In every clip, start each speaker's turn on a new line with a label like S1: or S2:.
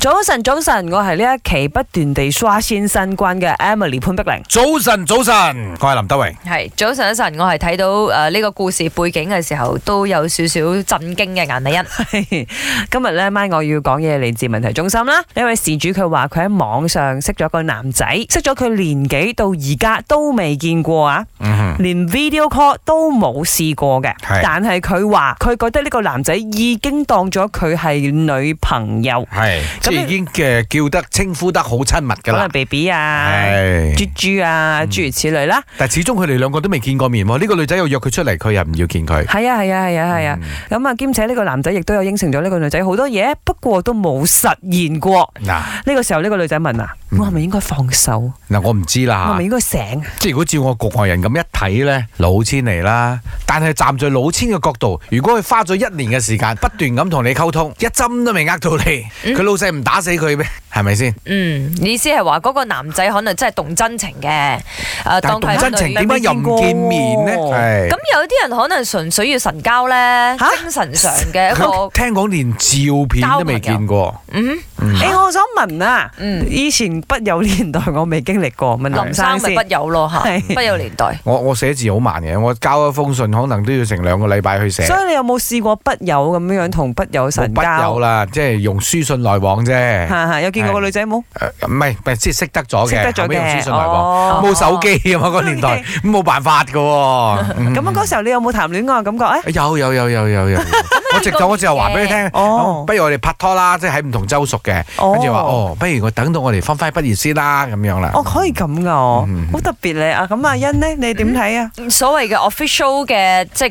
S1: 早晨，早晨，我係呢一期不斷地刷新新關嘅 Emily 潘碧玲。
S2: 早晨，早晨，我係林德榮。
S3: 係早晨一晨，我係睇到誒呢個故事背景嘅時候，都有少少震驚嘅顏美欣。
S1: 今日呢晚我要講嘢嚟自問題中心啦。呢位事主佢話佢喺網上識咗個男仔，識咗佢年幾到而家都未見過啊，
S2: 嗯哼，
S1: 連 video call 都冇試過嘅。
S2: 係
S1: 但係佢話佢覺得呢個男仔已經當咗佢係女朋友，
S2: 係即
S1: 咁
S2: 係已經嘅叫得稱呼得好親密㗎
S1: 可能
S2: 啦。
S1: baby 啊、
S2: 係，
S1: 豬豬啊，諸如此類啦。
S2: 但始終佢哋兩個都未見過面喎。呢個女仔又約佢出嚟，佢又唔要見佢。
S1: 係啊係啊係啊係啊。
S2: 嗯
S1: 咁啊，兼且呢個男仔亦都有應承咗呢個女仔好多嘢，不過都冇實現過。
S2: 嗱
S1: 呢個時候呢個女仔問啊：
S2: 嗯
S1: 我係咪應該放手？
S2: 嗱，我唔知
S1: 我係
S2: 啦
S1: 咪
S2: 嚇
S1: 應該醒？
S2: 即係如果照我局外人咁一睇呢，老千嚟啦。但係站在老千嘅角度，如果佢花咗一年嘅時間不斷咁同你溝通，一針都未呃到你，
S3: 嗯
S2: 佢老細唔打死佢咩？係咪先？
S3: 嗯，意思係話嗰個男仔可能真係動真情嘅，誒
S2: 但係
S3: 當佢
S2: 動
S3: 係
S2: 真情
S3: 女。
S2: 點解又唔見面呢？係
S3: 咁有啲人可能純粹要神交咧，
S1: 吓
S3: 精神上嘅一個
S2: 佢聽講連照片都未見過，
S3: 嗯
S1: 誒、我想問啊，
S3: 嗯
S1: 以前不有年代我未經歷過，
S2: 嗯
S1: 問林生
S3: 林生咪
S1: 先。
S3: 不有咯嚇，
S1: 係
S3: 不有年代。
S2: 我我寫字好慢嘅，我交一封信可能都要成兩個禮拜去寫。
S1: 所以你有冇試過不友咁樣樣同不友神
S2: 冇筆友
S1: 交？
S2: 啦，即係用書信來往啫。
S1: 嚇嚇，有見過個女仔冇？
S2: 呃唔係唔係，即係識得咗
S1: 識得
S2: 嘅，
S1: 咗
S2: 後尾用書
S1: 嘅。
S2: 信來往。
S1: 哦
S2: 冇手機啊嘛，嗰個年代冇辦法嘅喎。嗯
S1: 咁啊，嗰時候你有冇談戀愛嘅感覺？誒，
S2: 有有有有 有有，我直頭我直頭話俾你聽，
S1: 哦
S2: 不如我哋拍拖啦，即係喺唔同州屬嘅，
S1: 哦
S2: 跟住話哦，不如我等到我哋分輝畢業先啦，咁樣啦。
S1: 哦，可以咁噶哦
S2: 嗯，
S1: 好特別咧啊！咁阿欣呢，你點睇啊？
S3: 所謂嘅 official 嘅即係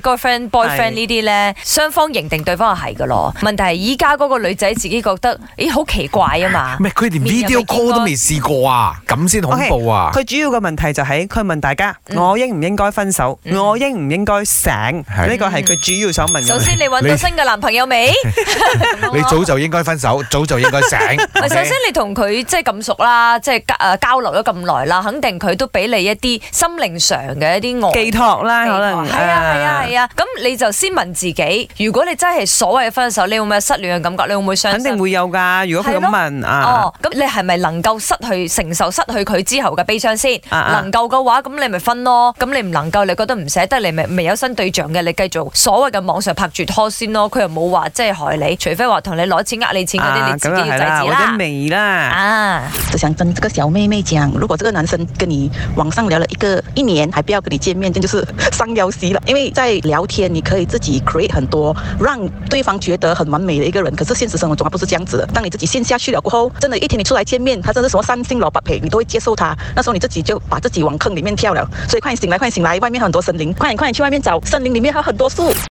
S1: 係
S3: girlfriend、boyfriend 呢啲咧，雙方認定對方係嘅咯。問題係依家嗰個女仔自己覺得，咦好奇怪啊嘛
S2: 唔。係佢連
S3: 面
S2: video
S3: 又未見
S2: call 都
S3: 過
S2: 未試過啊，咁先恐怖啊！
S1: 佢主要嘅問題就喺佢問大家：
S3: 嗯
S1: 我應唔應該分手？
S3: 嗯
S1: 我應唔應該醒？呢個係佢主要想問
S3: 首
S1: 嘅。
S3: 先你揾到新嘅男朋友未？
S2: 你早就應該分手，早就應該 醒。
S3: 喂，
S2: OK？
S3: 首先你同佢即係咁熟啦，即係交誒交流咗咁耐啦，肯定佢都俾你一啲心靈上嘅一啲愛。
S1: 寄託啦，可能
S3: 係啊係啊係啊，咁你就先問自己，如果你真係所謂嘅分手，你會唔會有失戀嘅感覺？你會唔會傷
S1: 肯定
S3: 心？
S1: 會有㗎。如果佢咁問啊
S3: 哦，，咁你係咪能夠失去承受失去佢之後嘅悲傷先？
S1: 啊啊
S3: 能夠嘅話，咁你咪分咯。咁你唔能夠，你覺得唔捨得，你咪未有新對象嘅，你繼續所謂嘅網上拍住拖先咯。佢又冇話即係害你，除非話同你攞錢呃你錢嗰啲，
S1: 啊
S3: 你自己
S1: 咁
S3: 要
S1: 又係啦，
S3: 制
S1: 或
S3: 止啦
S1: 者。未啦。
S3: 啊，
S4: 只想跟这个小妹妹讲，如果这个男生跟你网上聊了一个一年，还不要跟你见面，这就是伤腰膝了。因为在聊天，你可以自己 create 很多让对方觉得很完美的一个人，可是现实生活中他不是这样子的。当你自己线下去了过后，真的，一天你出来见面，他真的是什么三星老八陪，你都会接受他。那时候你自己就把自己往坑里面跳了。所以快点醒来，快点醒来，外面还有很多森林，快点快点去外面找森林里面还有很多树。